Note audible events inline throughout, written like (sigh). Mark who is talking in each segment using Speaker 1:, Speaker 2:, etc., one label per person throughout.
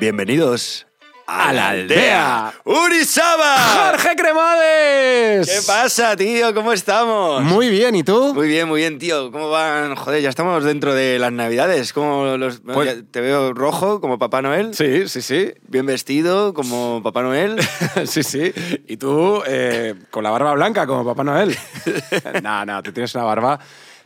Speaker 1: Bienvenidos a la aldea Urizaba.
Speaker 2: ¡Jorge Cremades!
Speaker 1: ¿Qué pasa, tío? ¿Cómo estamos?
Speaker 2: Muy bien, ¿y tú?
Speaker 1: Muy bien, muy bien, tío. ¿Cómo van? Joder, ya estamos dentro de las Navidades. ¿Cómo los...
Speaker 2: Pues-
Speaker 1: ya te veo rojo como Papá Noel.
Speaker 2: Sí, sí, sí. (laughs)
Speaker 1: Bien vestido como Papá (laughs) Noel.
Speaker 2: sí, sí. Y tú eh, con la barba blanca como Papá (laughs) Noel. no, no, tú tienes una barba.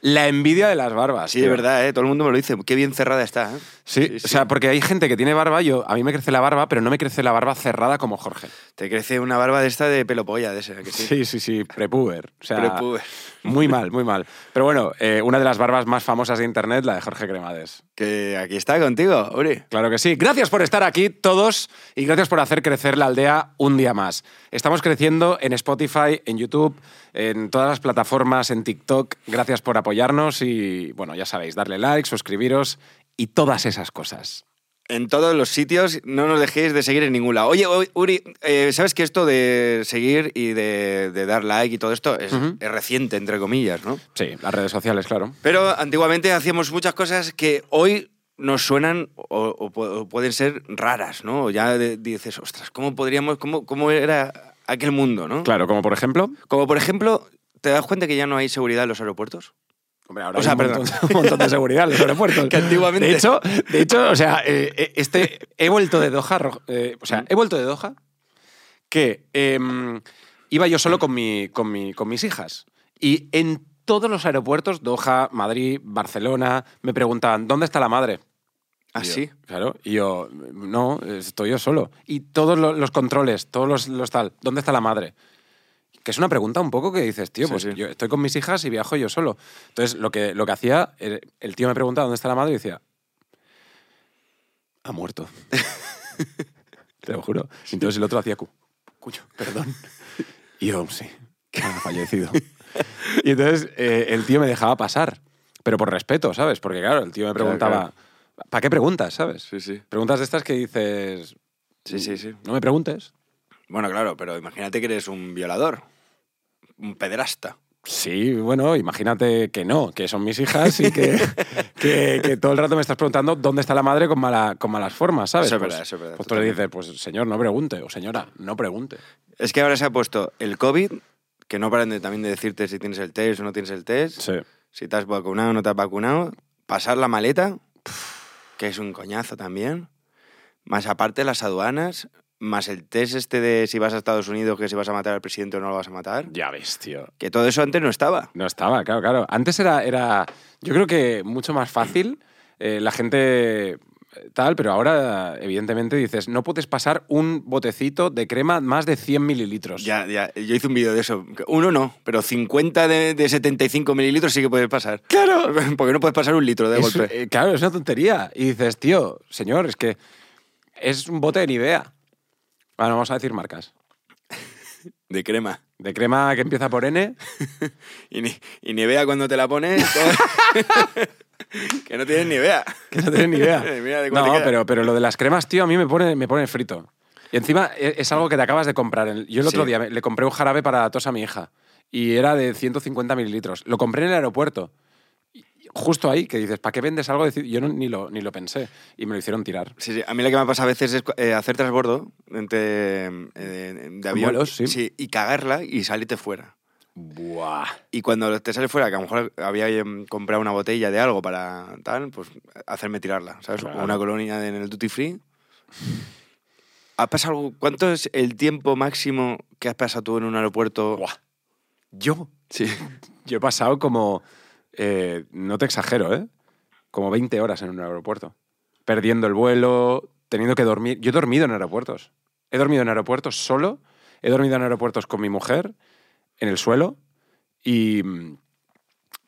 Speaker 2: La envidia de las barbas.
Speaker 1: Sí, de
Speaker 2: tío.
Speaker 1: verdad, ¿eh? todo el mundo me lo dice. Qué bien cerrada está. ¿eh?
Speaker 2: Sí, o sea, porque hay gente que tiene barba, yo a mí me crece la barba, pero no me crece la barba cerrada como Jorge.
Speaker 1: Te crece una barba de esta de pelo polla, de esa que sí.
Speaker 2: Sí, sí, sí, prepuber. O sea,
Speaker 1: Prepuber.
Speaker 2: Muy mal, muy mal. Pero bueno, eh, una de las barbas más famosas de Internet, la de Jorge Cremades.
Speaker 1: Que aquí está contigo, Uri.
Speaker 2: Claro que sí. Gracias por estar aquí todos y gracias por hacer crecer la aldea un día más. Estamos creciendo en Spotify, en YouTube, en todas las plataformas, en TikTok. Gracias por apoyarnos y, bueno, ya sabéis, darle like, suscribiros y todas esas cosas.
Speaker 1: En todos los sitios, no nos dejéis de seguir en ningún lado. Oye, o- Uri, eh, ¿sabes que esto de seguir y de, de dar like y todo esto es, es reciente, entre comillas, ¿no?
Speaker 2: Sí, las redes sociales, claro.
Speaker 1: Pero antiguamente hacíamos muchas cosas que hoy nos suenan o, o pu- o pueden ser raras, ¿no? O Ya de- dices, ostras, ¿cómo podríamos, cómo, cómo era aquel mundo, ¿no?
Speaker 2: Claro, como por ejemplo...
Speaker 1: Como por ejemplo, ¿te das cuenta que ya no hay seguridad en los aeropuertos?
Speaker 2: Hombre, ahora
Speaker 1: O sea,
Speaker 2: hay un
Speaker 1: perdón.
Speaker 2: montón, (laughs) un montón de seguridad en los (laughs) aeropuertos.
Speaker 1: Que antiguamente-
Speaker 2: De hecho, de hecho o sea, eh, eh, este, he vuelto de Doha. ro- eh, o sea, he vuelto de Doha que em, iba yo solo con, mi, con, mi- con mis hijas. Y en todos los aeropuertos, Doha, Madrid, Barcelona, me preguntaban: ¿dónde está la madre?
Speaker 1: ¿Ah,
Speaker 2: Y yo,
Speaker 1: sí?
Speaker 2: Claro. Y yo, no, estoy yo solo. Y todos lo- los, controles, todos los, los tal, ¿dónde está la madre? Que es una pregunta un poco que dices, tío,
Speaker 1: Sí,
Speaker 2: pues
Speaker 1: sí.
Speaker 2: yo estoy con mis hijas y viajo yo solo. Entonces, lo que, lo que hacía, eh, el tío me preguntaba dónde está la madre y decía, ha muerto. (laughs) Te lo juro. Entonces el otro hacía, cu- cuño, perdón. Y yo, sí, ha fallecido. Y entonces eh, el tío me dejaba pasar, pero por respeto, ¿sabes? Porque claro, el tío me
Speaker 1: Claro,
Speaker 2: preguntaba, ¿para qué preguntas, sabes?
Speaker 1: Sí, sí.
Speaker 2: Preguntas de estas que dices,
Speaker 1: Sí, sí, sí.
Speaker 2: no me preguntes.
Speaker 1: Bueno, claro, pero imagínate que eres un violador, un pederasta.
Speaker 2: Sí, bueno, imagínate que no, que son mis hijas
Speaker 1: (laughs)
Speaker 2: y que, que- que todo el rato me estás preguntando dónde está la madre con, mala, con malas formas, ¿sabes?
Speaker 1: Eso es
Speaker 2: Pues-
Speaker 1: verdad, eso es verdad,
Speaker 2: Pues tú le dices, pues señor, no pregunte, o señora, no pregunte.
Speaker 1: Es que ahora se ha puesto el COVID, que no paran de, también de decirte si tienes el test o no tienes el test,
Speaker 2: Sí.
Speaker 1: si te has vacunado o no te has vacunado, pasar la maleta, que es un coñazo también, más aparte las aduanas, más el test este de si vas a Estados Unidos, que si vas a matar al presidente o no lo vas a matar,
Speaker 2: Ya ves, tío.
Speaker 1: que todo eso antes no estaba.
Speaker 2: No estaba, claro, claro. Antes era, era yo creo que mucho más fácil. eh, la gente eh, tal, pero ahora, evidentemente, dices, no puedes pasar un botecito de crema más de 100 mililitros.
Speaker 1: Ya, ya, yo hice un vídeo de eso. que Uno no, pero 50 de, de 75 mililitros sí que puedes pasar.
Speaker 2: Claro.
Speaker 1: (laughs) Porque no puedes pasar un litro de
Speaker 2: Es-
Speaker 1: golpe.
Speaker 2: eh, claro, es una tontería. Y dices, tío, señor, es que es un bote de Nivea. Bueno, vamos a decir marcas.
Speaker 1: De crema.
Speaker 2: De crema que empieza por N.
Speaker 1: Y ni, y ni vea cuando te la
Speaker 2: (laughs)
Speaker 1: pones. (laughs) que no tienes ni vea.
Speaker 2: Que no tienes ni idea.
Speaker 1: (laughs) Mira de cuál te
Speaker 2: no,
Speaker 1: queda.
Speaker 2: pero, pero lo de las cremas, tío, a mí me pone, me pone frito. Y encima e- es algo que te acabas de comprar. El- Yo el otro
Speaker 1: Sí.
Speaker 2: día me- le compré un jarabe para la tos a mi hija y era de 150 mililitros. Lo compré en el aeropuerto. Y- y Justo ahí, que dices, ¿para qué vendes algo? de ci-?" Yo no- ni, lo, ni lo pensé y me lo hicieron tirar.
Speaker 1: Sí, sí, A mí lo que me pasa a veces es eh, hacer transbordo entre, eh, de avión
Speaker 2: vuelos, sí.
Speaker 1: y cagarla y salirte fuera.
Speaker 2: Buah.
Speaker 1: Y cuando te sale fuera, que a lo mejor había em, comprado una botella de algo para tal, pues hacerme tirarla, ¿sabes?
Speaker 2: Claro.
Speaker 1: O una colonia en el duty free. ¿Ha pasado algo? ¿Cuánto es el tiempo máximo que has pasado tú en un aeropuerto?
Speaker 2: Buah. Yo.
Speaker 1: Sí.
Speaker 2: (laughs) Yo he pasado como, eh, no te exagero, ¿eh? Como 20 horas en un aeropuerto. Perdiendo el vuelo, teniendo que dormir. Yo he dormido en aeropuertos. He dormido en aeropuertos solo, he dormido en aeropuertos con mi mujer, en el suelo, y...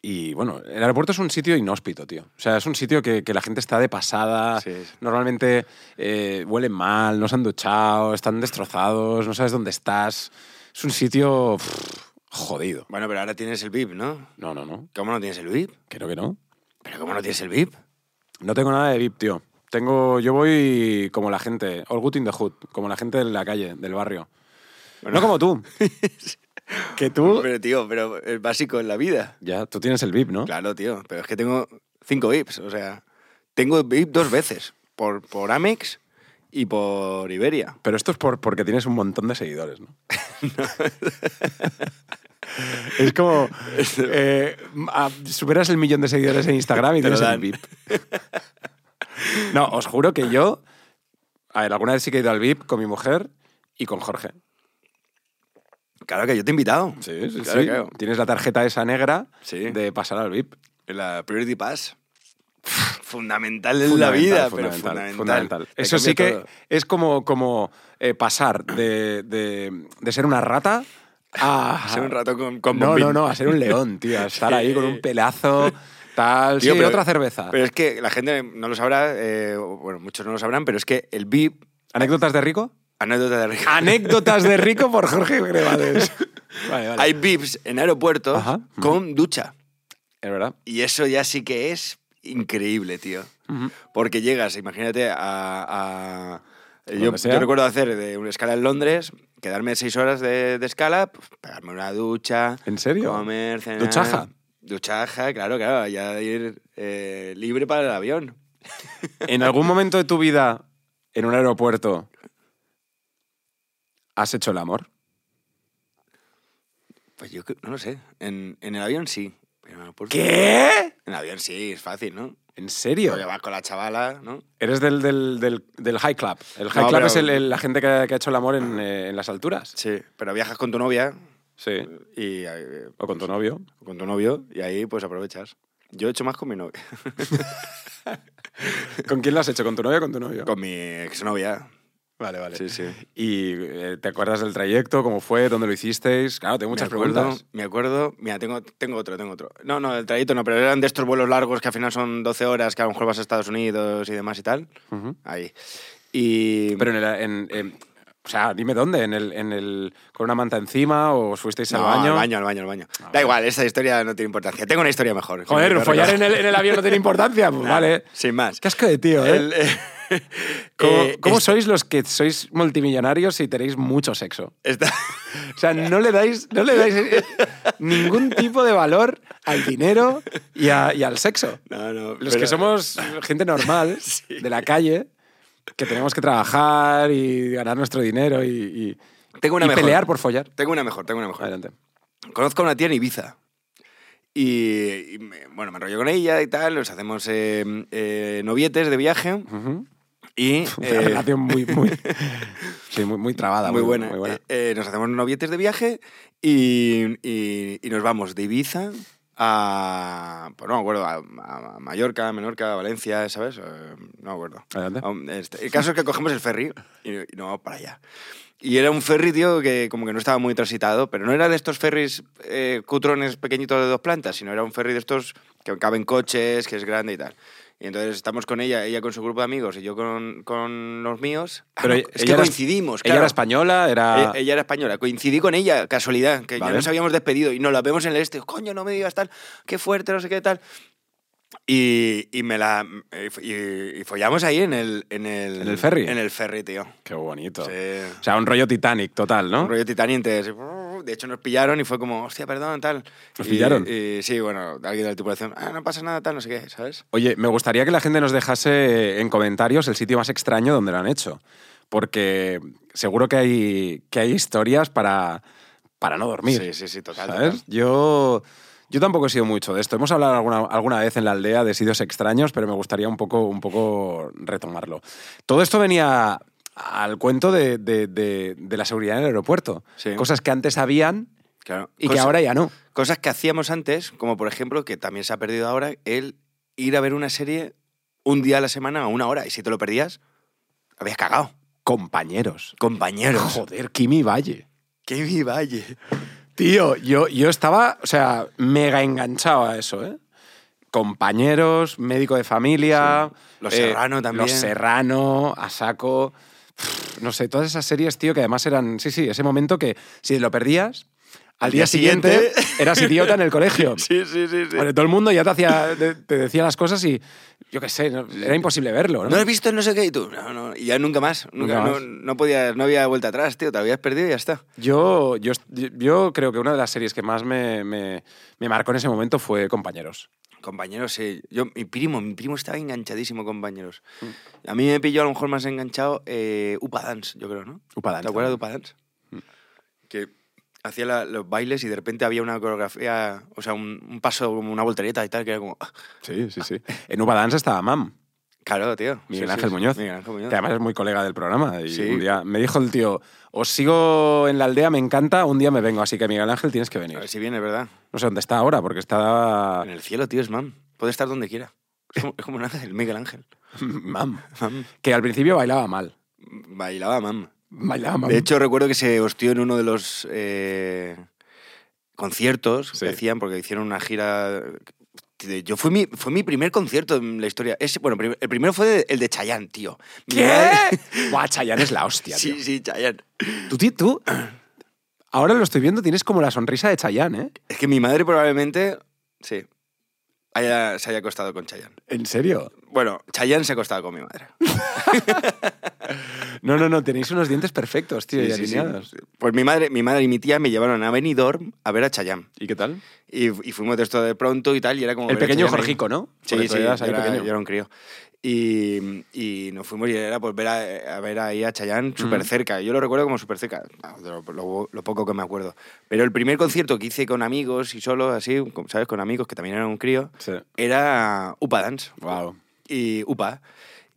Speaker 2: Y bueno, el aeropuerto es un sitio inhóspito, tío. O sea, es un sitio que, que la gente está de pasada.
Speaker 1: Sí, sí.
Speaker 2: Normalmente eh, huelen mal, no se han duchado, están destrozados, no sabes dónde estás. Es un sitio pff, jodido.
Speaker 1: Bueno, pero ahora tienes el VIP, ¿no?
Speaker 2: No, no, no.
Speaker 1: ¿Cómo no tienes el VIP?
Speaker 2: Creo que no.
Speaker 1: ¿Pero cómo no tienes el VIP?
Speaker 2: No tengo nada de VIP, tío. Tengo, yo voy como la gente, all good in the hood, como la gente de la calle, del barrio.
Speaker 1: Bueno.
Speaker 2: No como (laughs) tú. que tú...
Speaker 1: Pero, tío, pero el básico en la vida.
Speaker 2: Ya, tú tienes el VIP, ¿no?
Speaker 1: Claro, tío, pero es que tengo cinco VIPs, o sea, tengo VIP dos veces, por, por Amex y por Iberia.
Speaker 2: Pero esto es por, porque tienes un montón de seguidores, ¿no? (laughs) es como. eh, a- superas el millón de seguidores en Instagram y
Speaker 1: Te lo
Speaker 2: tienes el
Speaker 1: dan.
Speaker 2: VIP. No, os juro que yo. A ver, alguna vez sí que he ido al VIP con mi mujer y con Jorge.
Speaker 1: Claro que yo te he invitado.
Speaker 2: Sí, sí,
Speaker 1: Claro,
Speaker 2: sí.
Speaker 1: claro.
Speaker 2: Tienes la tarjeta esa negra
Speaker 1: Sí.
Speaker 2: de pasar al VIP.
Speaker 1: La Priority Pass. Fundamental en la
Speaker 2: Fundamental,
Speaker 1: vida, pero
Speaker 2: fundamental,
Speaker 1: fundamental.
Speaker 2: fundamental.
Speaker 1: Te
Speaker 2: Eso sí
Speaker 1: cambia
Speaker 2: que
Speaker 1: todo.
Speaker 2: es como, como eh, pasar de, de- de ser una rata
Speaker 1: (laughs)
Speaker 2: a...
Speaker 1: Hace un rato con, con
Speaker 2: Ah. no,
Speaker 1: bombín.
Speaker 2: no, no, a ser un león, tío. A estar ahí
Speaker 1: (laughs)
Speaker 2: con un pelazo, tal...
Speaker 1: Tío,
Speaker 2: sí,
Speaker 1: pero- eh,
Speaker 2: otra cerveza.
Speaker 1: Pero es que la gente no lo sabrá, eh, o- bueno, muchos no lo sabrán, pero es que el VIP,
Speaker 2: ¿Anécdotas
Speaker 1: (laughs)
Speaker 2: de rico?
Speaker 1: anécdota de
Speaker 2: Ah,
Speaker 1: rico.
Speaker 2: Anécdotas de rico por Jorge Grevades.
Speaker 1: (laughs)
Speaker 2: Vale, vale.
Speaker 1: Hay VIPs en aeropuertos
Speaker 2: Ajá.
Speaker 1: con ducha.
Speaker 2: Es verdad.
Speaker 1: Y eso ya sí que es increíble, tío. Porque llegas, imagínate, a. a-
Speaker 2: Donde
Speaker 1: yo,
Speaker 2: sea.
Speaker 1: yo recuerdo hacer de una escala en Londres, quedarme seis horas de, de escala, pues, pegarme una ducha.
Speaker 2: ¿En serio?
Speaker 1: Comer, cenar.
Speaker 2: ¿Duchaja?
Speaker 1: Duchaja, claro, claro, ya ir eh, libre para el avión.
Speaker 2: ¿En algún momento de tu vida, en un aeropuerto, has hecho el amor?
Speaker 1: Pues yo que- no lo sé. En, en el avión sí. pero en el aeropuerto-
Speaker 2: ¿Qué?
Speaker 1: En el avión sí, es fácil, ¿no?
Speaker 2: ¿En serio?
Speaker 1: Porque vas con la chavala, ¿no?
Speaker 2: Eres del, del, del, del high club. El high
Speaker 1: No,
Speaker 2: club
Speaker 1: pero-
Speaker 2: es el- el- la gente que, ha- que ha hecho el amor en, eh, en las alturas.
Speaker 1: Sí. Pero viajas con tu novia
Speaker 2: Sí.
Speaker 1: y eh,
Speaker 2: O con tu novio.
Speaker 1: (laughs) con tu novio y ahí pues aprovechas. Yo he hecho más con mi novia.
Speaker 2: ¿Con quién lo has hecho? ¿Con tu novio o con tu
Speaker 1: (laughs)
Speaker 2: novio?
Speaker 1: Con mi exnovia.
Speaker 2: Vale, vale.
Speaker 1: Sí, sí.
Speaker 2: ¿Y eh, te acuerdas del trayecto? ¿Cómo fue? ¿Dónde lo hicisteis? Claro, tengo muchas
Speaker 1: me acuerdo,
Speaker 2: preguntas.
Speaker 1: Me acuerdo, mira, tengo, tengo otro, tengo otro. No, no, el trayecto no, pero eran de estos vuelos largos que al final son 12 horas, que a lo mejor vas a Estados Unidos y demás y tal.
Speaker 2: Ujú.
Speaker 1: Ahí. Y
Speaker 2: Pero en el... en- en- o sea, dime dónde. ¿En el, en el, ¿Con una manta encima o os fuisteis al
Speaker 1: No,
Speaker 2: baño?
Speaker 1: al baño, al baño, al baño.
Speaker 2: Ah,
Speaker 1: da igual, esa historia no tiene importancia. Tengo una historia mejor.
Speaker 2: Joder,
Speaker 1: Sin
Speaker 2: follar
Speaker 1: más.
Speaker 2: en el, en el avión no tiene importancia. (laughs) Pues vale.
Speaker 1: Sin más.
Speaker 2: Qué asco de tío, ¿eh?
Speaker 1: El-
Speaker 2: ¿Cómo,
Speaker 1: eh,
Speaker 2: cómo
Speaker 1: es-
Speaker 2: sois los que sois multimillonarios y tenéis mucho sexo?
Speaker 1: (laughs) está- (laughs)
Speaker 2: O sea, no le dais, no le dais eh, ningún tipo de valor al dinero y, a- y al sexo.
Speaker 1: No, no,
Speaker 2: Los
Speaker 1: pero-
Speaker 2: que somos gente normal,
Speaker 1: (laughs) Sí.
Speaker 2: de la calle, que tenemos que trabajar y ganar nuestro dinero y, y-
Speaker 1: Tengo una
Speaker 2: y
Speaker 1: mejor.
Speaker 2: pelear por follar.
Speaker 1: Tengo una mejor, tengo una mejor.
Speaker 2: Adelante.
Speaker 1: Conozco a una tía en Ibiza. Y, y me- bueno, me enrollo con ella y tal, nos hacemos eh, eh, novietes de viaje
Speaker 2: Ujú.
Speaker 1: y...
Speaker 2: (laughs) Una
Speaker 1: eh,
Speaker 2: relación muy, muy,
Speaker 1: (laughs)
Speaker 2: sí, muy, muy trabada.
Speaker 1: muy buena.
Speaker 2: muy buena.
Speaker 1: Eh, eh, nos hacemos novietes de viaje y, y- y nos vamos de Ibiza a. Pues no me acuerdo, a, a Mallorca, Menorca, Valencia, ¿sabes? Eh, no me acuerdo.
Speaker 2: Adelante. Ah,
Speaker 1: A un- este, el caso es que cogemos el ferry y, y nos vamos para allá. Y era un ferry, tío, que como que no estaba muy transitado, pero no era de estos ferries eh, cutrones pequeñitos de dos plantas, sino era un ferry de estos que caben coches, que es grande y tal. Y entonces estamos con ella, ella con su grupo de amigos y yo con, con los míos. Ah,
Speaker 2: Pero
Speaker 1: no,
Speaker 2: e- ella
Speaker 1: es que
Speaker 2: era-
Speaker 1: coincidimos,
Speaker 2: Ella era
Speaker 1: claro. Eh,
Speaker 2: española,
Speaker 1: Ella,
Speaker 2: era...
Speaker 1: E-, ella era española, coincidí con ella, casualidad, que
Speaker 2: Ah. Vale.
Speaker 1: ya nos habíamos despedido y nos la vemos en el este. Coño, no me digas tal, qué fuerte, no sé qué tal. Y, y me la. Y, y follamos ahí en el, en el.
Speaker 2: ¿En el ferry?
Speaker 1: En el ferry, tío.
Speaker 2: Qué bonito.
Speaker 1: Sí.
Speaker 2: O sea, un rollo Titanic total, ¿no?
Speaker 1: Un rollo titaniente. así, brrr. De hecho, nos pillaron y fue como, hostia, perdón, tal.
Speaker 2: ¿Nos
Speaker 1: Y-
Speaker 2: pillaron?
Speaker 1: Y, sí, bueno, alguien de la tripulación, ah, no pasa nada, tal, no sé qué, ¿sabes?
Speaker 2: Oye, me gustaría que la gente nos dejase en comentarios el sitio más extraño donde lo han hecho. Porque seguro que hay, que hay historias para, para no dormir.
Speaker 1: Sí, sí, sí, total.
Speaker 2: ¿sabes?
Speaker 1: total.
Speaker 2: Yo, yo tampoco he sido mucho de esto. Hemos hablado alguna, alguna vez en la aldea de sitios extraños, pero me gustaría un poco, un poco retomarlo. Todo esto venía al cuento de, de- de- de la seguridad en el aeropuerto.
Speaker 1: Sí.
Speaker 2: Cosas que antes habían
Speaker 1: Claro.
Speaker 2: y que
Speaker 1: Cosa-
Speaker 2: ahora ya no.
Speaker 1: Cosas que hacíamos antes, como por ejemplo, que también se ha perdido ahora, el ir a ver una serie un día a la semana a una hora. Y si te lo perdías, habías cagado.
Speaker 2: Compañeros.
Speaker 1: Compañeros.
Speaker 2: Joder, Kimi Valle.
Speaker 1: ¡Qué mi valle!
Speaker 2: Tío, yo, yo estaba, o sea, mega enganchado a eso, ¿eh? Compañeros, médico de familia. eh,
Speaker 1: Los Serrano también.
Speaker 2: Los Serrano, a saco. Pff, No sé, todas esas series, tío, que además eran. Sí, sí, ese momento que si lo perdías, al día,
Speaker 1: día
Speaker 2: siguiente,
Speaker 1: siguiente-
Speaker 2: eras idiota en el
Speaker 1: (laughs)
Speaker 2: colegio.
Speaker 1: (laughs) Sí, sí, sí. sí.
Speaker 2: Porque todo el mundo ya te, hacía, te, te decía las cosas y yo qué sé, no- era imposible verlo, ¿no?
Speaker 1: ¿No has visto no sé qué? Y tú, no, no. Y ya nunca más. Nunca,
Speaker 2: Nunca
Speaker 1: no-
Speaker 2: más.
Speaker 1: No, podías, no había vuelta atrás, tío. Te lo habías perdido y ya está.
Speaker 2: Yo, yo, yo creo que una de las series que más me, me- me marcó en ese momento fue Compañeros.
Speaker 1: Compañeros, sí. Yo, mi primo, mi primo estaba enganchadísimo, compañeros. A mí me pilló a lo mejor más enganchado eh, Upa Dance, yo creo, ¿no?
Speaker 2: Upadance.
Speaker 1: ¿Te acuerdas de Upa Dance?
Speaker 2: Mm.
Speaker 1: Que hacía la- los bailes y de repente había una coreografía, o sea, un, un paso como una voltereta y tal, que era como... ah,
Speaker 2: Sí, sí, sí. En Upadance estaba Mam.
Speaker 1: Claro, tío. Sí,
Speaker 2: Miguel
Speaker 1: sí,
Speaker 2: Ángel
Speaker 1: sí.
Speaker 2: Muñoz.
Speaker 1: Miguel Ángel Muñoz.
Speaker 2: Que además es muy colega del programa. Y
Speaker 1: Sí.
Speaker 2: un día me dijo el tío, os sigo en la aldea, me encanta, un día me vengo, así que Miguel Ah. Ángel tienes que venir.
Speaker 1: A ver si viene, ¿verdad?
Speaker 2: No sé dónde está ahora, porque está...
Speaker 1: En el cielo, tío, es mam. Puede estar donde quiera. Es como, es como un ángel, Miguel Ángel.
Speaker 2: Mam.
Speaker 1: Mam.
Speaker 2: Que al principio bailaba mal.
Speaker 1: Bailaba mam.
Speaker 2: Bailaba mal.
Speaker 1: De hecho, recuerdo que se hostió en uno de los eh, conciertos
Speaker 2: Sí.
Speaker 1: que hacían, porque hicieron una gira... de- Yo fue mi, fue mi primer concierto en la historia. Ese, bueno, prim- el primero fue de- el de Chayanne, tío. Mi madre-
Speaker 2: ¿Qué? (laughs) Buah, Chayanne es la hostia, tío.
Speaker 1: Sí, sí, Chayanne.
Speaker 2: Tú, tío, tú... Ahora lo estoy viendo, tienes como la sonrisa de Chayanne, ¿eh?
Speaker 1: Es que mi madre probablemente, sí, haya- se haya acostado con Chayanne.
Speaker 2: ¿En serio?
Speaker 1: Bueno, Chayanne se ha acostado con mi madre.
Speaker 2: No, no, no, tenéis unos dientes perfectos, tío,
Speaker 1: Sí,
Speaker 2: y
Speaker 1: sí, sí.
Speaker 2: alineados.
Speaker 1: Pues mi madre, mi madre y mi tía me llevaron a Benidorm a ver a Chayanne.
Speaker 2: ¿Y qué tal?
Speaker 1: Y, y fuimos de esto de pronto y tal, y era como...
Speaker 2: El
Speaker 1: ver a
Speaker 2: pequeño
Speaker 1: Chayanne ahí.
Speaker 2: Jorgico, ¿no?
Speaker 1: Sí,
Speaker 2: Porque
Speaker 1: sí,
Speaker 2: tú
Speaker 1: yo
Speaker 2: eras
Speaker 1: era,
Speaker 2: ahí pequeño.
Speaker 1: yo era un crío. Y, y nos fuimos y era pues ver a, a ver ahí a Chayanne súper cerca. Yo lo recuerdo como súper cerca, de lo, lo- lo poco que me acuerdo. Pero el primer concierto que hice con amigos y solo, así, con- ¿sabes? Con amigos que también eran un crío,
Speaker 2: Sí.
Speaker 1: era Upa Dance.
Speaker 2: Wow.
Speaker 1: Y Upa.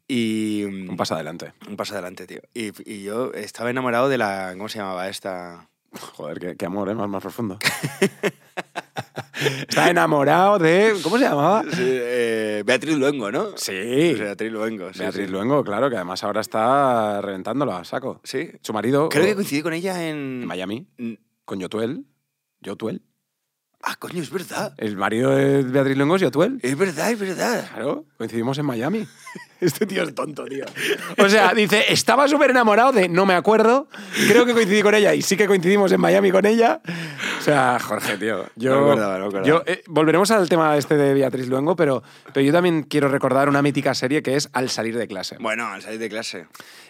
Speaker 1: Y,
Speaker 2: Un paso adelante.
Speaker 1: un paso adelante, tío. Y, y yo estaba enamorado de la. ¿Cómo se llamaba esta?
Speaker 2: Joder, qué, qué amor, ¿eh? Más, más profundo. (laughs) Está enamorado de... ¿Cómo se llamaba?
Speaker 1: Sí, eh, Beatriz Luengo, ¿no?
Speaker 2: Sí.
Speaker 1: O sea, Beatriz Luengo. sí,
Speaker 2: Beatriz
Speaker 1: sí.
Speaker 2: Luengo, claro, que además ahora está reventándolo a saco.
Speaker 1: Sí.
Speaker 2: Su marido...
Speaker 1: Creo
Speaker 2: o-
Speaker 1: que coincidí con ella
Speaker 2: En
Speaker 1: en.
Speaker 2: Miami,
Speaker 1: en-
Speaker 2: con Yotuel. ¿Yotuel?
Speaker 1: Ah, coño, es verdad.
Speaker 2: El marido de Beatriz Luengo es Yotuel.
Speaker 1: Es verdad, es verdad.
Speaker 2: Claro, coincidimos en Miami. Este tío es tonto, tío. O sea, dice, estaba súper enamorado de no me acuerdo, creo que coincidí con ella y sí que coincidimos en Miami con ella. O sea, Jorge, tío. Yo,
Speaker 1: No me acordaba, no me acordaba.
Speaker 2: yo, eh, volveremos al tema este de Beatriz Luengo, pero, pero yo también quiero recordar una mítica serie que es Al salir de clase.
Speaker 1: Bueno, al salir de clase.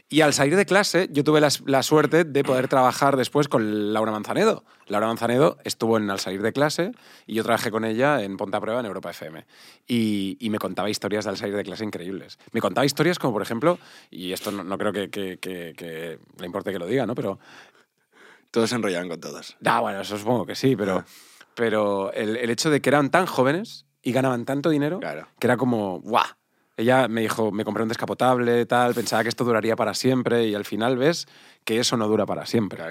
Speaker 2: Y al salir de clase, yo tuve la, la suerte de poder trabajar después con Laura Manzanedo. Laura Manzanedo estuvo en Al salir de clase y yo trabajé con ella en Ponta Prueba en Europa FM. Y, y me contaba historias de Al salir de clase increíbles. Me contaba historias como, por ejemplo, y esto no, no creo que, que- que- que le importe que lo diga, ¿no? Pero,
Speaker 1: Todos se enrollaban con todos.
Speaker 2: ah, bueno, eso supongo que sí, pero, pero el, el hecho de que eran tan jóvenes y ganaban tanto dinero
Speaker 1: Claro.
Speaker 2: que era como, ¡guau! Ella me dijo, me compré un descapotable, tal, pensaba que esto duraría para siempre y al final ves que eso no dura para siempre.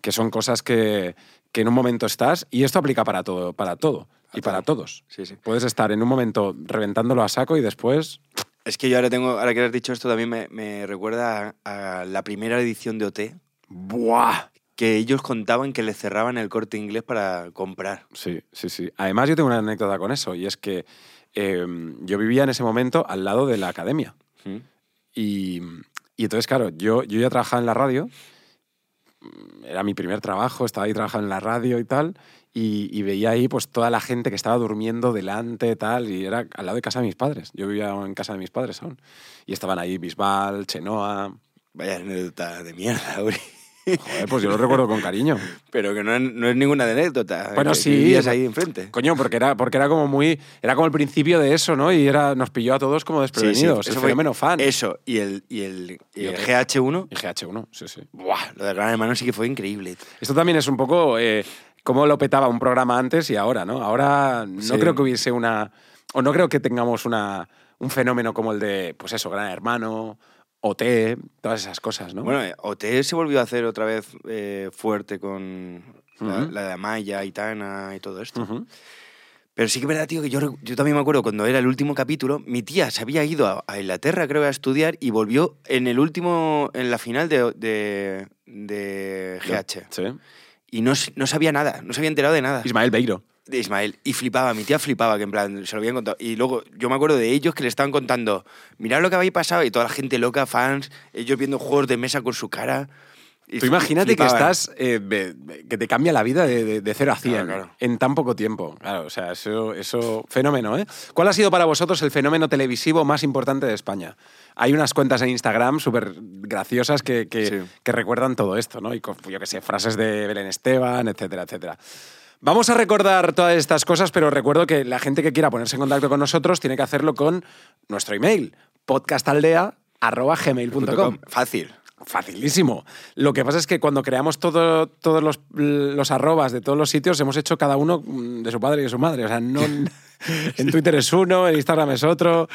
Speaker 2: Que son cosas que, que en un momento estás y esto aplica para todo, para todo y para todos.
Speaker 1: Sí, sí.
Speaker 2: Puedes estar en un momento reventándolo a saco y después...
Speaker 1: Es que yo ahora tengo. Ahora que has dicho esto, también me, me recuerda a, a la primera edición de OT,
Speaker 2: ¡Buah!
Speaker 1: que ellos contaban que les cerraban el corte inglés para comprar.
Speaker 2: Sí, sí, sí. Además yo tengo una anécdota con eso y es que eh, yo vivía en ese momento al lado de la academia. Y, y entonces, claro, yo, yo ya trabajaba en la radio, mm, era mi primer trabajo, estaba ahí trabajando en la radio y tal, y, y veía ahí pues toda la gente que estaba durmiendo delante, tal, y era al lado de casa de mis padres. Yo vivía en casa de mis padres aún. Y estaban ahí Bisbal, Chenoa.
Speaker 1: Vaya anécdota de mierda, (laughs) Uri.
Speaker 2: Joder, pues yo lo recuerdo
Speaker 1: (laughs)
Speaker 2: con cariño.
Speaker 1: Pero que no, es- no es ninguna anécdota. eh,
Speaker 2: Bueno,
Speaker 1: que- que
Speaker 2: sí.
Speaker 1: vivías ahí enfrente.
Speaker 2: Coño, porque era, porque era como muy. Era como el principio de eso, ¿no? Y era, nos pilló a todos como desprevenidos. el
Speaker 1: fue-
Speaker 2: fenómeno fan.
Speaker 1: Eso, y el, y el, y
Speaker 2: Y
Speaker 1: el
Speaker 2: el-
Speaker 1: GH1.
Speaker 2: Y GH1, sí, sí.
Speaker 1: Buah, lo de Gran Hermano sí que fue increíble.
Speaker 2: Esto también es un poco eh, cómo lo petaba un programa antes y ahora, ¿no? Ahora no
Speaker 1: Sí.
Speaker 2: creo que hubiese una. O no creo que tengamos una, un fenómeno como el de, pues eso, Gran Hermano, OT, todas esas cosas, ¿no?
Speaker 1: Bueno, eh, OT se volvió a hacer otra vez eh, fuerte con la,
Speaker 2: Ujú.
Speaker 1: la de Amaya, Itana y todo esto.
Speaker 2: Ujú.
Speaker 1: Pero sí que es verdad, tío, que yo, recu- yo también me acuerdo cuando era el último capítulo, mi tía se había ido a, a Inglaterra, creo, a estudiar y volvió en el último, en la final de, de, de GH.
Speaker 2: Sí.
Speaker 1: Y no, s- no sabía nada, no se había enterado de nada.
Speaker 2: Ismael Beiro.
Speaker 1: de Ismael y flipaba, mi tía flipaba, que en plan, se lo habían contado. Y luego yo me acuerdo de ellos que le estaban contando, mirad lo que habéis pasado y toda la gente loca, fans, ellos viendo juegos de mesa con su cara. Y
Speaker 2: Tú imagínate
Speaker 1: flipaba.
Speaker 2: que estás. eh, be- be- que te cambia la vida de, de, de 0 a 100
Speaker 1: Claro, claro.
Speaker 2: en tan poco tiempo. Claro, o sea, eso, eso. Fenómeno, ¿eh? ¿Cuál ha sido para vosotros el fenómeno televisivo más importante de España? Hay unas cuentas en Instagram súper graciosas que, que-
Speaker 1: Sí.
Speaker 2: que recuerdan todo esto, ¿no? Y con, yo qué sé, frases de Belén Esteban, etcétera, etcétera. Vamos a recordar todas estas cosas, pero recuerdo que la gente que quiera ponerse en contacto con nosotros tiene que hacerlo con nuestro email, podcastaldea.gmail.com.
Speaker 1: Fácil.
Speaker 2: Facilísimo. Lo que pasa es que cuando creamos todo- todos los, los arrobas de todos los sitios, hemos hecho cada uno mm, de su padre y de su madre. O sea, no, en Twitter es uno, en Instagram es otro.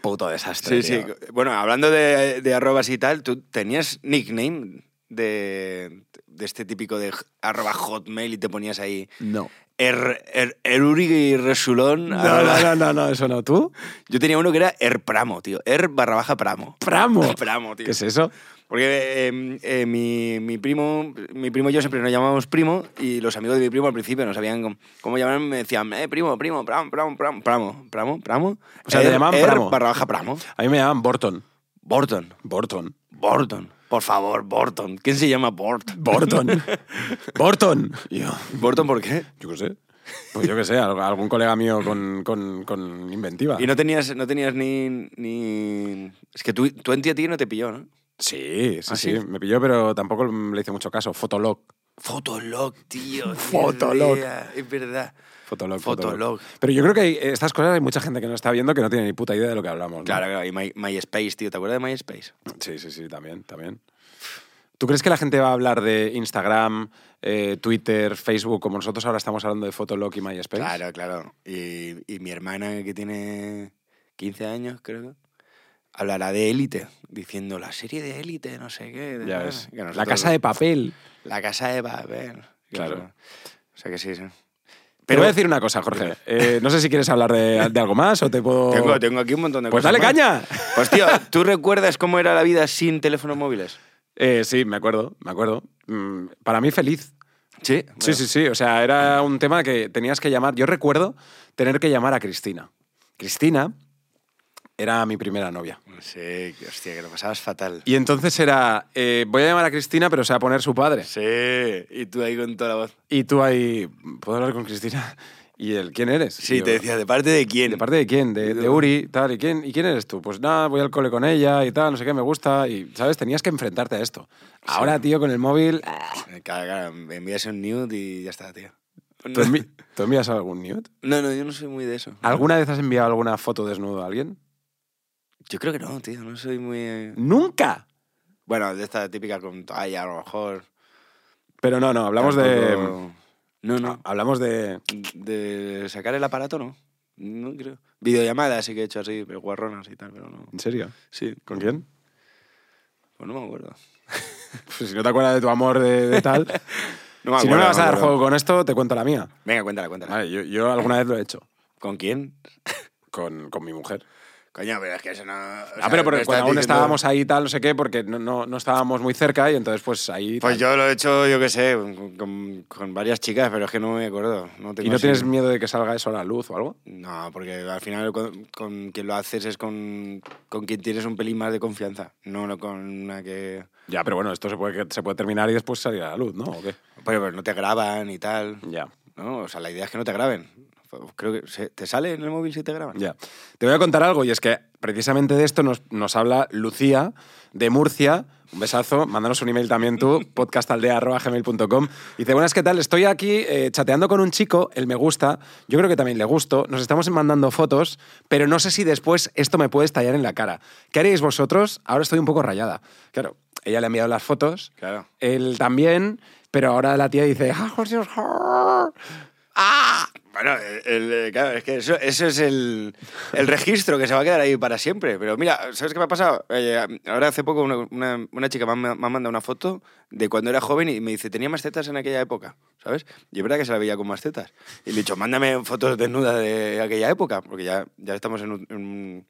Speaker 2: Puto desastre.
Speaker 1: Sí, sí.
Speaker 2: tío.
Speaker 1: Bueno, hablando de, de arrobas y tal, ¿tú tenías nickname de, de este típico de j- arroba hotmail y te ponías ahí
Speaker 2: No.
Speaker 1: er, er- Eruri y Resulón?
Speaker 2: No,
Speaker 1: arroba-
Speaker 2: no, no, no, no, eso no. ¿Tú?
Speaker 1: (laughs) Yo tenía uno que era Erpramo, tío. Er barra baja Pramo.
Speaker 2: Pramo.
Speaker 1: Pramo, tío.
Speaker 2: ¿Qué es eso?
Speaker 1: Porque eh, eh, mi, mi primo mi primo y yo siempre nos llamábamos primo y los amigos de mi primo al principio no sabían cómo, cómo llamarme me decían, eh, primo, primo, pramo, pramo, pramo, pramo, pramo, pramo.
Speaker 2: O sea, te llamaban Pramo.
Speaker 1: Er, barra baja pramo.
Speaker 2: A mí me llaman Borton.
Speaker 1: Borton.
Speaker 2: Borton.
Speaker 1: Borton. Por favor, Borton. ¿Quién se llama Borton?
Speaker 2: Borton. Borton. Y Yo,
Speaker 1: ¿Borton por qué?
Speaker 2: yo qué sé. Pues yo qué sé, al- algún colega mío con, con- con inventiva.
Speaker 1: Y no tenías, no tenías ni, ni... Es que tú, tú en ti a ti no te pilló, ¿no?
Speaker 2: Sí, sí,
Speaker 1: ¿Ah,
Speaker 2: sí,
Speaker 1: sí?
Speaker 2: Me pilló, pero tampoco le hice mucho caso. Fotolog.
Speaker 1: Fotolog, tío. ni
Speaker 2: Fotolog.
Speaker 1: idea. Es verdad.
Speaker 2: Fotolog,
Speaker 1: Fotolog.
Speaker 2: Pero yo creo que hay- estas cosas hay mucha gente que no está viendo que no tiene ni puta idea de lo que hablamos. ¿no?
Speaker 1: Claro, claro. Y My- MySpace, tío. ¿Te acuerdas de MySpace?
Speaker 2: Sí, sí, sí, también, también. ¿Tú crees que la gente va a hablar de Instagram, eh, Twitter, Facebook, como nosotros ahora estamos hablando de Fotolog y MySpace?
Speaker 1: Claro, claro. Y, y mi hermana, que tiene 15 años, creo que, hablará de élite, diciendo la serie de élite, no sé qué. de
Speaker 2: Ya
Speaker 1: tal".
Speaker 2: ves.
Speaker 1: Que
Speaker 2: La
Speaker 1: nosotros-
Speaker 2: casa de papel.
Speaker 1: La casa de papel. Que
Speaker 2: Claro.
Speaker 1: no- O sea que sí, sí.
Speaker 2: Pero voy a decir una cosa, Jorge. Eh, no sé si quieres hablar de, de algo más o te puedo...
Speaker 1: Tengo, tengo aquí un montón de
Speaker 2: Pues
Speaker 1: cosas.
Speaker 2: dale
Speaker 1: más.
Speaker 2: caña.
Speaker 1: Pues
Speaker 2: (laughs)
Speaker 1: tío, ¿tú recuerdas cómo era la vida sin teléfonos móviles?
Speaker 2: Eh, sí, me acuerdo, me acuerdo. Mm, para mí feliz.
Speaker 1: Sí.
Speaker 2: Sí, sí, sí. O sea, era un tema que tenías que llamar. Yo recuerdo tener que llamar a Cristina. Cristina era mi primera novia.
Speaker 1: Sí, que- hostia, que lo pasabas fatal.
Speaker 2: Y entonces era, eh, voy a llamar a Cristina, pero se va a poner su padre.
Speaker 1: Sí, y tú ahí con toda la voz.
Speaker 2: Y tú ahí, ¿puedo hablar con Cristina? (laughs) Y él, ¿quién eres? Y
Speaker 1: Sí,
Speaker 2: yo,
Speaker 1: te decía, ¿de parte de quién?
Speaker 2: ¿De parte de quién? De, de Uri, tal. ¿Y quién, ¿Y quién eres tú? Pues nada, voy al cole con ella y tal, no sé qué, me gusta. Y, ¿sabes? Tenías que enfrentarte a esto. Ahora, tío, con el móvil, ah,
Speaker 1: Eh, Claro, claro, me envías un nude y ya está, tío.
Speaker 2: ¿tú, envi- tú envías algún nude?
Speaker 1: Pues No, no, yo no soy muy de eso.
Speaker 2: ¿Alguna vez has enviado alguna foto desnudo a alguien?
Speaker 1: Yo creo que no, tío, no soy muy... eh,
Speaker 2: ¡Nunca!
Speaker 1: Bueno, de esta típica con toalla, a lo mejor.
Speaker 2: Pero no, no, hablamos de...
Speaker 1: Tampoco- No, no,
Speaker 2: Hablamos de...
Speaker 1: de sacar el aparato no, no creo. Videollamadas sí que he hecho así, pero guarronas y tal, pero no.
Speaker 2: ¿En serio?
Speaker 1: Sí,
Speaker 2: ¿Con quién?
Speaker 1: pues no me acuerdo.
Speaker 2: Pues si no te acuerdas de tu amor de, de tal...
Speaker 1: No me
Speaker 2: si (laughs) no me
Speaker 1: acuerdo,
Speaker 2: vas a
Speaker 1: me
Speaker 2: dar
Speaker 1: acuerdo.
Speaker 2: juego con esto, te cuento la mía.
Speaker 1: Venga, cuéntala, cuéntala.
Speaker 2: Vale, yo, yo alguna vez lo he hecho
Speaker 1: ¿Con quién?
Speaker 2: con, con mi mujer.
Speaker 1: Coño, pero es que eso no...
Speaker 2: ah, pero porque cuando aún estábamos ahí tal, no sé qué, porque no, no, no estábamos muy cerca y entonces pues ahí...
Speaker 1: Pues
Speaker 2: tal.
Speaker 1: yo lo he hecho, yo qué sé, con, con- con varias chicas, pero es que no me acuerdo. No tengo
Speaker 2: ¿Y no
Speaker 1: así-
Speaker 2: tienes miedo de que salga eso a la luz o algo?
Speaker 1: No, porque al final con, con quien lo haces es con, con quien tienes un pelín más de confianza, no lo- con una que...
Speaker 2: Ya, pero bueno, esto se puede, se puede terminar y después salir a la luz, ¿no? ¿O qué?
Speaker 1: Pero, pero no te graban y tal,
Speaker 2: Ya.
Speaker 1: ¿no? O sea, la idea es que no te graben. Creo que... se- ¿Te sale en el móvil si te graban?
Speaker 2: Ya. Te voy a contar algo, y es que precisamente de esto nos, nos habla Lucía de Murcia. Un besazo, mándanos un email también tú,
Speaker 1: (laughs)
Speaker 2: podcastaldea.gmail.com. Y dice, buenas, ¿qué tal? Estoy aquí eh, chateando con un chico, él me gusta, yo creo que también le gusto, nos estamos mandando fotos, pero no sé si después esto me puede estallar en la cara. ¿Qué haréis vosotros? Ahora estoy un poco rayada. Claro, ella le ha enviado las fotos,
Speaker 1: Claro.
Speaker 2: él también, pero ahora la tía dice, ah, José, ah".
Speaker 1: ¡Ah! Bueno, el- el- claro, es que eso, eso es el, el registro que se va a quedar ahí para siempre. Pero mira, ¿sabes qué me ha pasado? Eh, ahora hace poco una, una- una chica me ha, me ha mandado una foto de cuando era joven y me dice, tenía más tetas en aquella época, ¿sabes? Y es verdad que se la veía con más tetas. Y le he dicho, mándame fotos desnudas de aquella época, porque ya, ya estamos en un- en un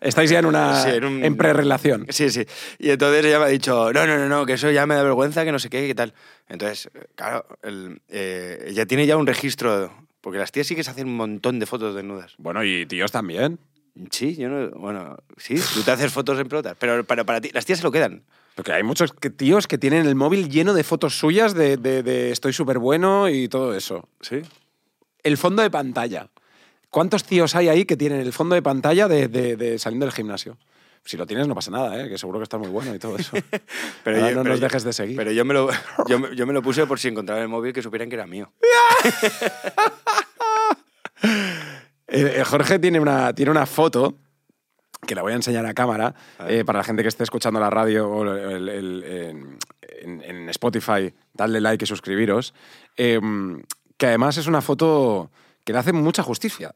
Speaker 2: estáis ya en una...
Speaker 1: Sí,
Speaker 2: en,
Speaker 1: en un-
Speaker 2: prerrelación.
Speaker 1: Sí, sí. Y entonces ella me ha dicho, no, no, no, no, que eso ya me da vergüenza, que no sé qué, qué tal. Entonces, claro, el, eh, ella tiene ya un registro, porque las tías sí que se hacen un montón de fotos desnudas.
Speaker 2: Bueno, y tíos también.
Speaker 1: Sí, yo no, bueno, sí, tú te haces fotos en pelotas, pero para, para ti, las tías se lo quedan.
Speaker 2: Porque hay muchos que- tíos que tienen el móvil lleno de fotos suyas de, de- de estoy súper bueno y todo eso.
Speaker 1: Sí.
Speaker 2: El fondo de pantalla. ¿Cuántos tíos hay ahí que tienen el fondo de pantalla de, de- de saliendo del gimnasio? Si lo tienes no pasa nada, ¿eh? que seguro que está muy bueno y todo eso. pero
Speaker 1: yo-
Speaker 2: no
Speaker 1: pero
Speaker 2: nos
Speaker 1: yo-
Speaker 2: dejes de seguir.
Speaker 1: Pero yo me, lo, (laughs) yo, me- yo me lo puse por si encontraba el móvil que supieran que era mío.
Speaker 2: Eh, eh, Jorge tiene una, tiene una foto que la voy a enseñar a cámara
Speaker 1: Ah.
Speaker 2: eh, para la gente que esté escuchando la radio o el- el- el- en, en- en Spotify, darle like y suscribiros. eh, que además es una foto que le hace mucha justicia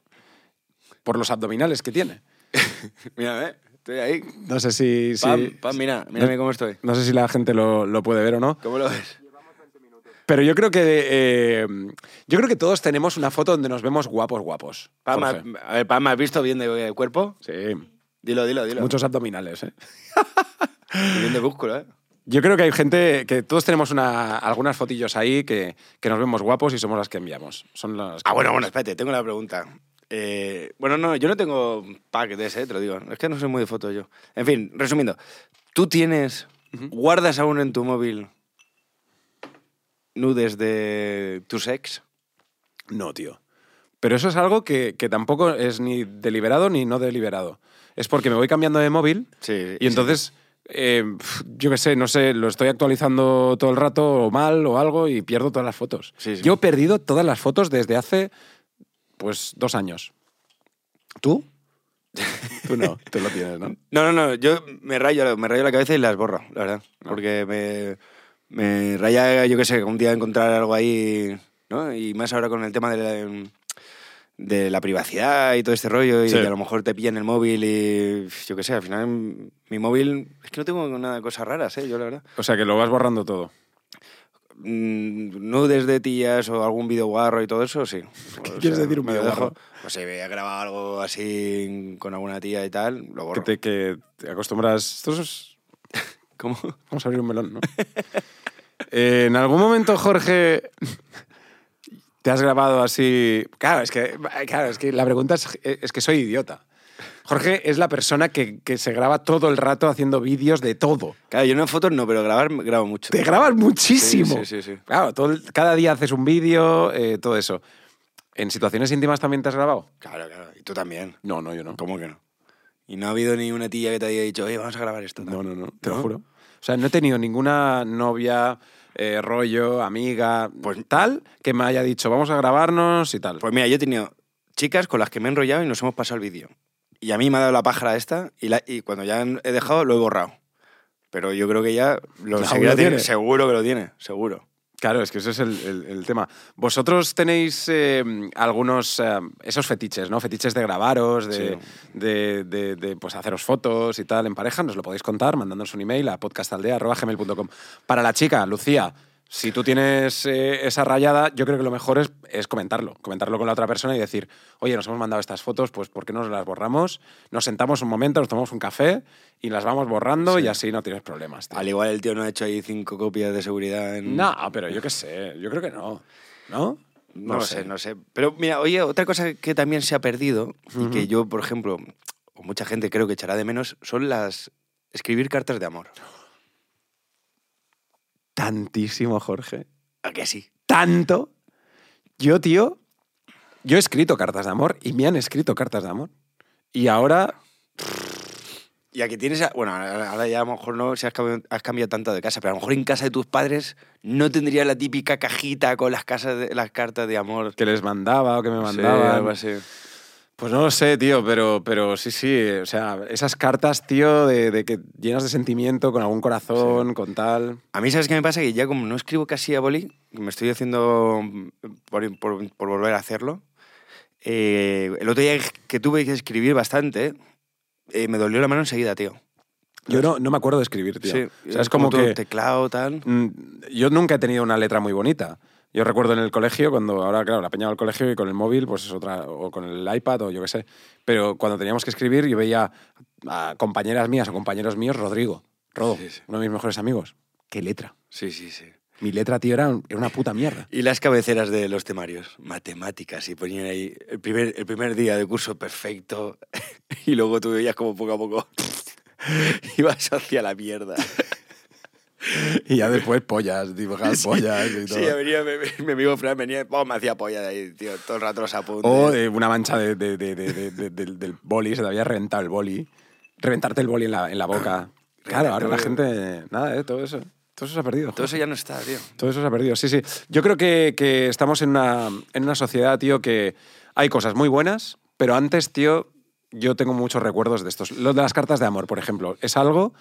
Speaker 2: por los abdominales que tiene.
Speaker 1: (laughs) Mira, ¿eh? Estoy ahí.
Speaker 2: No sé si, si-
Speaker 1: Pam, pam, mira, mírame
Speaker 2: no-
Speaker 1: cómo estoy.
Speaker 2: no sé si la gente lo, lo puede ver o no.
Speaker 1: ¿Cómo lo ves?
Speaker 2: Pero yo creo que eh, yo creo que todos tenemos una foto donde nos vemos guapos, guapos.
Speaker 1: Pam,
Speaker 2: Jorge.
Speaker 1: a ver, Pam, ¿has visto bien de, de eh, cuerpo?
Speaker 2: Sí,
Speaker 1: Dilo, dilo, dilo.
Speaker 2: muchos abdominales, ¿eh?
Speaker 1: Y bien de músculo, ¿eh?
Speaker 2: Yo creo que hay gente que todos tenemos una- algunas fotillos ahí que, que nos vemos guapos y somos las que enviamos. Son las que-
Speaker 1: Ah, bueno, bueno, espérate, tengo la pregunta. Eh, bueno, no, yo no tengo pack de ese, eh, te lo digo. Es que no soy muy de fotos yo. En fin, resumiendo, tú tienes, guardas aún en tu móvil nudes de tus ex.
Speaker 2: No, tío. Pero eso es algo que, que tampoco es ni deliberado ni no deliberado. Es porque me voy cambiando de móvil
Speaker 1: Sí.
Speaker 2: y entonces, eh, pf, yo qué sé, no sé, lo estoy actualizando todo el rato o mal o algo y pierdo todas las fotos.
Speaker 1: Sí, sí.
Speaker 2: Yo he perdido todas las fotos desde hace, pues, dos años. ¿Tú? Tú no, tú lo tienes, ¿no?
Speaker 1: No, no, no, yo me rayo, me rayo la cabeza y las borro, la verdad.
Speaker 2: Ah.
Speaker 1: Porque me, me raya, yo qué sé, un día encontrar algo ahí, ¿no? Y más ahora con el tema de la, de la privacidad y todo este rollo, y
Speaker 2: Sí.
Speaker 1: que a lo mejor te pillan el móvil y yo qué sé, al final mi móvil, es que no tengo nada de cosas raras, ¿eh? Yo la verdad.
Speaker 2: O sea, que lo vas borrando todo.
Speaker 1: Mm, nudes de tías o algún video guarro y todo eso, sí.
Speaker 2: (laughs) ¿Qué
Speaker 1: O
Speaker 2: quieres decir un
Speaker 1: me
Speaker 2: vídeo
Speaker 1: lo dejo.
Speaker 2: guarro?
Speaker 1: Pues si me he grabado algo así con alguna tía y tal, lo
Speaker 2: que
Speaker 1: borro.
Speaker 2: te, que te acostumbras. Esto es-
Speaker 1: ¿Cómo?
Speaker 2: Vamos a abrir un melón, ¿no? (laughs) Eh, en algún momento, Jorge, te has grabado así. Claro, es que, claro, es que la pregunta es, es que soy idiota. Jorge es la persona que, que se graba todo el rato haciendo vídeos de todo.
Speaker 1: Claro, yo en fotos no, pero grabar grabo mucho.
Speaker 2: Te grabas muchísimo.
Speaker 1: Sí, sí, sí, sí.
Speaker 2: Claro, todo el- cada día haces un vídeo, eh, todo eso. ¿En situaciones íntimas también te has grabado?
Speaker 1: Claro, claro. Y tú también.
Speaker 2: No, no, yo no.
Speaker 1: ¿Cómo que no? Y no ha habido ni una tía que te haya dicho, oye, vamos a grabar esto.
Speaker 2: No,
Speaker 1: tal.
Speaker 2: no, no, te lo
Speaker 1: ¿No?
Speaker 2: juro. O sea, no he tenido ninguna novia, eh, rollo, amiga,
Speaker 1: Pues-
Speaker 2: tal, que me haya dicho, vamos a grabarnos y tal.
Speaker 1: Pues mira, yo he tenido chicas con las que me he enrollado y nos hemos pasado el vídeo. Y a mí me ha dado la pájara esta y, la- y cuando ya he dejado lo he borrado. Pero yo creo que ya lo
Speaker 2: Aún
Speaker 1: seguirá teniendo.
Speaker 2: lo tiene.
Speaker 1: Seguro que lo tiene, seguro.
Speaker 2: Claro, es que ese es el, el- el tema. Vosotros tenéis eh, algunos, eh, esos fetiches, ¿no? Fetiches de grabaros, de,
Speaker 1: Sí.
Speaker 2: de- de- de, pues, haceros fotos y tal en pareja. Nos lo podéis contar mandándonos un email a podcastaldea.gmail.com. Para la chica, Lucía, si tú tienes eh, esa rayada, yo creo que lo mejor es, es comentarlo. Comentarlo con la otra persona y decir, oye, nos hemos mandado estas fotos, pues ¿por qué no nos las borramos? Nos sentamos un momento, nos tomamos un café y las vamos borrando y así no tienes problemas. tío".
Speaker 1: Al igual el tío no ha hecho ahí cinco copias de seguridad en...
Speaker 2: No, pero yo qué sé, yo creo que no. ¿No?
Speaker 1: No, lo sé, no sé. Pero mira, oye, otra cosa que también se ha perdido y que yo, por ejemplo, o mucha gente creo que echará de menos, son las escribir cartas de amor.
Speaker 2: Tantísimo, Jorge.
Speaker 1: ¿A que sí?
Speaker 2: Tanto. Yo, tío, yo he escrito cartas de amor y me han escrito cartas de amor. Y ahora,
Speaker 1: Y a que tienes. a- bueno, ahora ahora ya a lo mejor no si has cambiado, has cambiado tanto de casa, pero a lo mejor en casa de tus padres no tendría la típica cajita con las, casas de- las cartas de amor.
Speaker 2: que les mandaba o que me
Speaker 1: Sí,
Speaker 2: mandaban.
Speaker 1: algo así.
Speaker 2: pues no lo sé, tío, pero, pero sí, sí. O sea, esas cartas, tío, de, de que llenas de sentimiento con algún corazón, con tal.
Speaker 1: A mí, ¿sabes qué me pasa? Que ya como no escribo casi a boli, me estoy haciendo mm, por, por- por volver a hacerlo. Eh, el otro día que tuve que escribir bastante, eh, me dolió la mano enseguida, tío.
Speaker 2: Yo no, no me acuerdo de escribir, tío. o sea, es como,
Speaker 1: todo
Speaker 2: que...
Speaker 1: teclado, tal.
Speaker 2: Mm, Yo nunca he tenido una letra muy bonita. Yo recuerdo en el colegio, cuando ahora, claro, la peña al colegio y con el móvil, pues es otra, o con el iPad o yo qué sé. Pero cuando teníamos que escribir, yo veía a compañeras mías o compañeros míos, Rodrigo, Rodo,
Speaker 1: Sí, sí.
Speaker 2: uno de mis mejores amigos. ¡Qué letra!
Speaker 1: Sí, sí, sí.
Speaker 2: Mi letra, tío, era, era una puta mierda.
Speaker 1: Y las cabeceras de los temarios, matemáticas, y ponían ahí el primer, el primer día de curso perfecto, (laughs) y luego tú veías como poco a poco ibas hacia la mierda.
Speaker 2: (laughs) Y ya después pollas, dibujar pollas (laughs) y todo.
Speaker 1: Sí, ya venía, mi, mi- mi amigo Fran venía, pum, me hacía polla de ahí, tío, todo el rato los apuntes.
Speaker 2: O de una mancha de, de- de- de- de- de- del, del boli, se te había reventado el boli. Reventarte el boli en la, en la boca. Claro, ahora la gente. Nada, ¿eh? todo eso. Todo eso se ha perdido.
Speaker 1: Todo eso ya no está, tío.
Speaker 2: Todo eso se ha perdido, sí, sí. Yo creo que, que estamos en una, en una sociedad, tío, que hay cosas muy buenas, pero antes, tío, yo tengo muchos recuerdos de estos. Lo de las cartas de amor, por ejemplo, es algo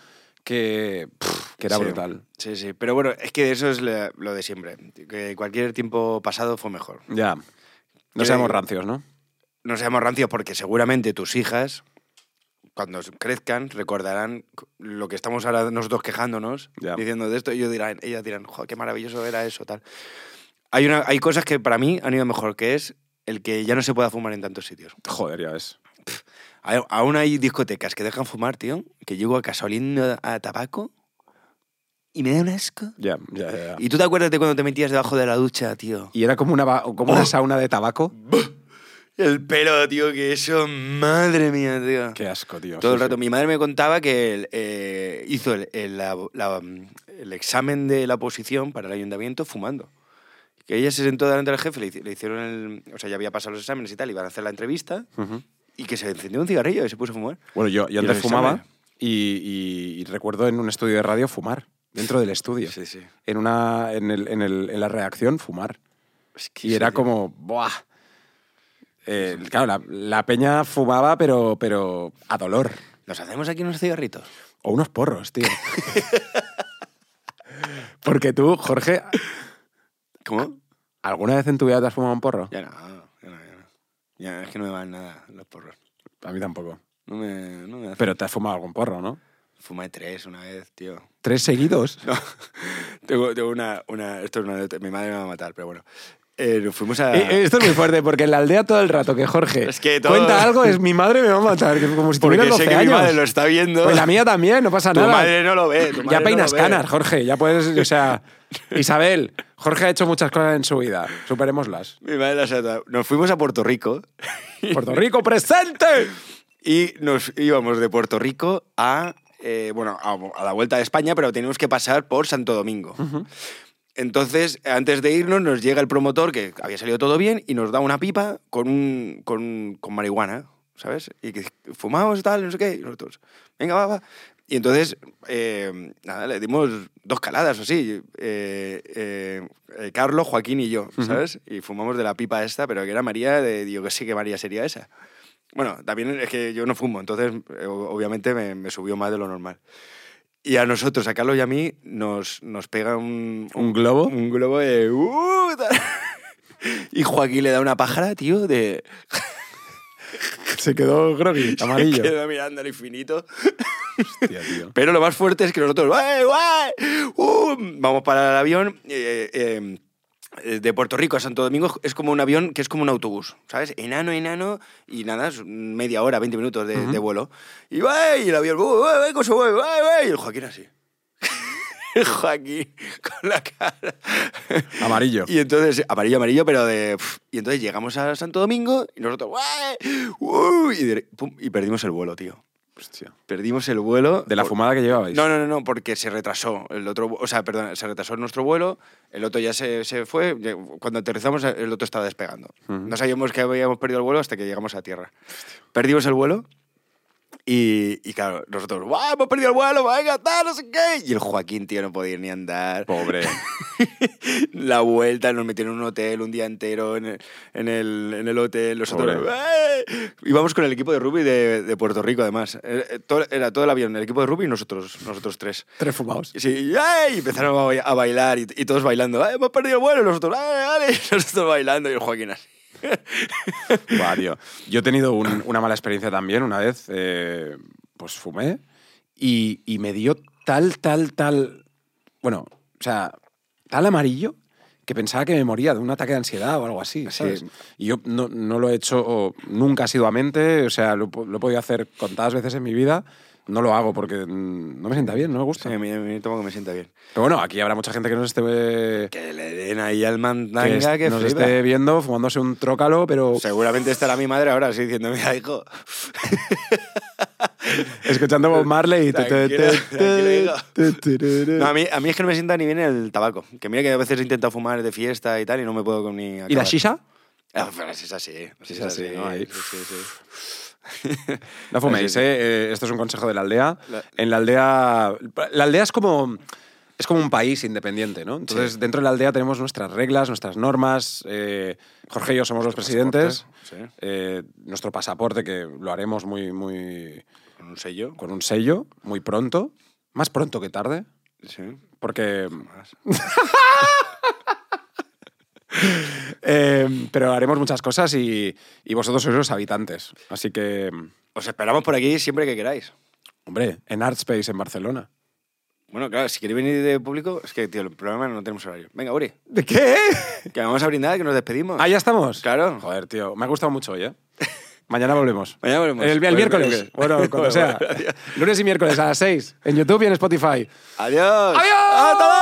Speaker 2: que, pff, que era
Speaker 1: Sí.
Speaker 2: brutal.
Speaker 1: Sí, sí, pero bueno, es que eso es la- lo de siempre. Que cualquier tiempo pasado fue mejor.
Speaker 2: Ya. No
Speaker 1: Que-
Speaker 2: seamos rancios, ¿no?
Speaker 1: No seamos rancios porque seguramente tus hijas, cuando crezcan, recordarán lo que estamos ahora nosotros quejándonos,
Speaker 2: Ya.
Speaker 1: diciendo de esto, y ellos dirán, ellas dirán, "Jo, qué maravilloso era eso, tal. Hay, una, hay cosas que para mí han ido mejor, que es el que ya no se pueda fumar en tantos sitios.
Speaker 2: Joder, ya ves.
Speaker 1: Hay- Aún hay discotecas que dejan fumar, tío, que llego a casa oliendo a tabaco y me da un asco.
Speaker 2: Ya, ya, ya, ya. Y,
Speaker 1: ¿Y tú te acuerdas de cuando te metías debajo de la ducha, tío?
Speaker 2: era como una, va- como una
Speaker 1: Oh.
Speaker 2: sauna de tabaco.
Speaker 1: El pelo, tío, que eso, madre mía, tío.
Speaker 2: Qué asco, tío.
Speaker 1: Todo
Speaker 2: sí,
Speaker 1: el rato.
Speaker 2: sí.
Speaker 1: Mi madre me contaba que el, eh, hizo el, el- la- la- el examen de la oposición para el ayuntamiento fumando. Que ella se sentó delante del jefe, le, hici- le hicieron el... O sea, ya había pasado los exámenes y tal, iban a hacer la entrevista
Speaker 2: Ujú.
Speaker 1: y que se encendió un cigarrillo y se puso a fumar.
Speaker 2: Bueno, yo, yo
Speaker 1: ¿Y
Speaker 2: antes
Speaker 1: el
Speaker 2: fumaba
Speaker 1: examen?
Speaker 2: y, y- y recuerdo en un estudio de radio fumar, dentro del estudio.
Speaker 1: sí.
Speaker 2: en, una, en, el- en el- en la reacción fumar.
Speaker 1: Es que
Speaker 2: Y
Speaker 1: sí,
Speaker 2: era
Speaker 1: tío.
Speaker 2: como, ¡buah! Eh, claro, la, la peña fumaba, pero, pero a dolor.
Speaker 1: Nos hacemos aquí unos cigarritos.
Speaker 2: O unos
Speaker 1: (laughs)
Speaker 2: porros, tío. Porque tú, Jorge,
Speaker 1: ¿Cómo?
Speaker 2: Ah. ¿alguna vez en tu vida te has fumado un porro?
Speaker 1: Ya no, ya no, ya no. Ya, es que no me van nada los porros.
Speaker 2: A mí tampoco.
Speaker 1: No me, no me hacen-
Speaker 2: Pero te has fumado algún porro, ¿no?
Speaker 1: Fumé tres una vez, tío.
Speaker 2: ¿Tres seguidos?
Speaker 1: (laughs) Tengo, tengo una, una. Esto es una. anécdota. Mi madre me va a matar, pero bueno. Eh, nos fuimos a.
Speaker 2: Eh, eh, esto es muy fuerte, porque en la aldea todo el rato que Jorge
Speaker 1: Es que todo-
Speaker 2: cuenta algo es mi madre me va a matar, que como si tuviera
Speaker 1: porque
Speaker 2: 12
Speaker 1: sé que
Speaker 2: años.
Speaker 1: mi madre lo está viendo. (laughs)
Speaker 2: Pues la mía también, no pasa
Speaker 1: tu
Speaker 2: nada.
Speaker 1: madre no lo ve. tu madre
Speaker 2: Ya
Speaker 1: no
Speaker 2: peinas
Speaker 1: lo ve.
Speaker 2: canas, Jorge. Ya puedes, o sea,
Speaker 1: (laughs)
Speaker 2: Isabel, Jorge ha hecho muchas cosas en su vida. Superémoslas.
Speaker 1: Mi madre las ha- Nos fuimos a Puerto Rico
Speaker 2: Puerto Rico presente.
Speaker 1: y nos íbamos de Puerto Rico a. eh, bueno, a, a la vuelta de España, pero teníamos que pasar por Santo Domingo. Entonces, antes de irnos, nos llega el promotor, que había salido todo bien, y nos da una pipa con, un, con, con marihuana, ¿sabes? Y que fumamos, tal, no sé qué, y nosotros, venga, va, va. Y entonces, eh, nada, le dimos dos caladas o así, eh, eh, eh, Carlos, Joaquín y yo, ¿sabes? Y fumamos de la pipa esta, pero que era María, de, digo que sí que María sería esa. Bueno, también es que yo no fumo, entonces eh, o- obviamente me, me subió más de lo normal. Y a nosotros, a Carlos y a mí, nos, nos pega un,
Speaker 2: ¿Un globo?
Speaker 1: (laughs) Un globo de... "Uh", tal. y Joaquín le da una pájara, tío, de...
Speaker 2: Se quedó groggy,
Speaker 1: (laughs)
Speaker 2: amarillo.
Speaker 1: Queda mirando al infinito.
Speaker 2: Hostia, tío.
Speaker 1: Pero lo más fuerte es que nosotros... "Guay, guay! Uh", vamos para el avión. eh, eh, eh, de Puerto Rico a Santo Domingo es como un avión que es como un autobús, ¿sabes? Enano, enano, y nada, es media hora, 20 minutos de, de vuelo. Y, "Guay", y el avión, "Guay, guay, guay, con su guay, guay, guay", Y el Joaquín así. (laughs) Joaquín con la cara.
Speaker 2: Amarillo.
Speaker 1: (laughs) Y entonces, amarillo, amarillo, pero de. pf, y entonces llegamos a Santo Domingo y nosotros. ¡guay! ¡Uh! y, de- pum, y perdimos el vuelo, tío.
Speaker 2: Hostia.
Speaker 1: Perdimos el vuelo.
Speaker 2: De la
Speaker 1: por-
Speaker 2: fumada que llevabais.
Speaker 1: No, no, no, no, porque se retrasó el otro. vu- O sea, perdón, se retrasó nuestro vuelo, el otro ya se, se fue. ya- Cuando aterrizamos, el otro estaba despegando. No sabíamos que habíamos perdido el vuelo hasta que llegamos a tierra. Perdimos el vuelo. Y, y claro, nosotros, ¡guau! Hemos perdido el vuelo, venga, tal, no sé qué. Y el Joaquín, tío, no podía ni andar
Speaker 2: Pobre.
Speaker 1: la vuelta, nos metieron en un hotel un día entero en el, en el, en el hotel. Nosotros,
Speaker 2: Pobre.
Speaker 1: ¡eh! Íbamos con el equipo de rugby de, de Puerto Rico, además. Eh, eh, todo- Era todo el avión, el equipo de rugby y nosotros, nosotros tres.
Speaker 2: Tres fumados.
Speaker 1: Y Sí, y ¡ay! Y empezaron a, ba- a bailar y, y todos bailando. ¡Ay, hemos perdido el vuelo! Y nosotros, ¡ay, dale! (laughs) Y nosotros bailando y el Joaquín así.
Speaker 2: Buah, tío. Yo he tenido un- una mala experiencia también. Una vez, eh, pues fumé y, y me dio tal, tal, tal. Bueno, o sea, tal amarillo que pensaba que me moría de un ataque de ansiedad o algo así. ¿sabes?
Speaker 1: Sí.
Speaker 2: Y yo no, no lo he hecho o nunca asiduamente. O sea, lo, po- lo he podido hacer contadas veces en mi vida. No lo hago porque mm, no me sienta bien, no me gusta.
Speaker 1: Sí, a mí, a mí tomo que me sienta bien.
Speaker 2: Pero bueno, aquí habrá mucha gente que nos esté, que
Speaker 1: Que le den ahí al mandanga que,
Speaker 2: est- nos
Speaker 1: flipa.
Speaker 2: esté viendo fumándose un trócalo, pero
Speaker 1: Seguramente estará mi madre ahora así diciendo, mira, hijo,
Speaker 2: Escuchando Bob Marley y... te- te- te-
Speaker 1: (laughs) Tranquilo,
Speaker 2: te- te- te- te-
Speaker 1: No, a, mí, a mí es que no me sienta ni bien el tabaco. Que mira que a veces he intentado fumar de fiesta y tal y no me puedo con ni acabar.
Speaker 2: ¿Y la shisha?
Speaker 1: Ah, pero la shisha sí. La shisha sí,
Speaker 2: sí,
Speaker 1: ¿no? Ahí,
Speaker 2: ahí.
Speaker 1: sí, sí, sí.
Speaker 2: No fuméis,
Speaker 1: Sí, sí.
Speaker 2: ¿eh? Eh, Esto es un consejo de la aldea.
Speaker 1: La-
Speaker 2: En la aldea. La aldea es como. Es como un país independiente, ¿no? Entonces, dentro de la aldea tenemos nuestras reglas, nuestras normas. eh, Jorge y yo somos los presidentes.
Speaker 1: pasaporte, sí.
Speaker 2: eh, nuestro pasaporte, que lo haremos muy, muy.
Speaker 1: Con un sello.
Speaker 2: con un sello, muy pronto. Más pronto que tarde.
Speaker 1: Sí.
Speaker 2: Porque. Eh, pero haremos muchas cosas y, y vosotros sois los habitantes. Así que.
Speaker 1: Os esperamos por aquí siempre que queráis.
Speaker 2: Hombre, en Artspace en Barcelona.
Speaker 1: Bueno, claro, si queréis venir de público, es que, tío, el problema es que no tenemos horario. Venga, Uri,
Speaker 2: ¿De qué?
Speaker 1: que vamos a brindar, que nos despedimos.
Speaker 2: Ah, ya estamos.
Speaker 1: Claro.
Speaker 2: Joder, tío. Me ha gustado mucho hoy, ¿eh? (laughs) Mañana volvemos.
Speaker 1: Mañana volvemos.
Speaker 2: El, el
Speaker 1: Bueno,
Speaker 2: miércoles.
Speaker 1: bueno,
Speaker 2: Bueno, (laughs) cuando sea.
Speaker 1: bueno, adiós.
Speaker 2: Lunes y miércoles a las 6 en YouTube y en Spotify.
Speaker 1: ¡Adiós!
Speaker 2: ¡Adiós!
Speaker 1: ¡Hasta luego!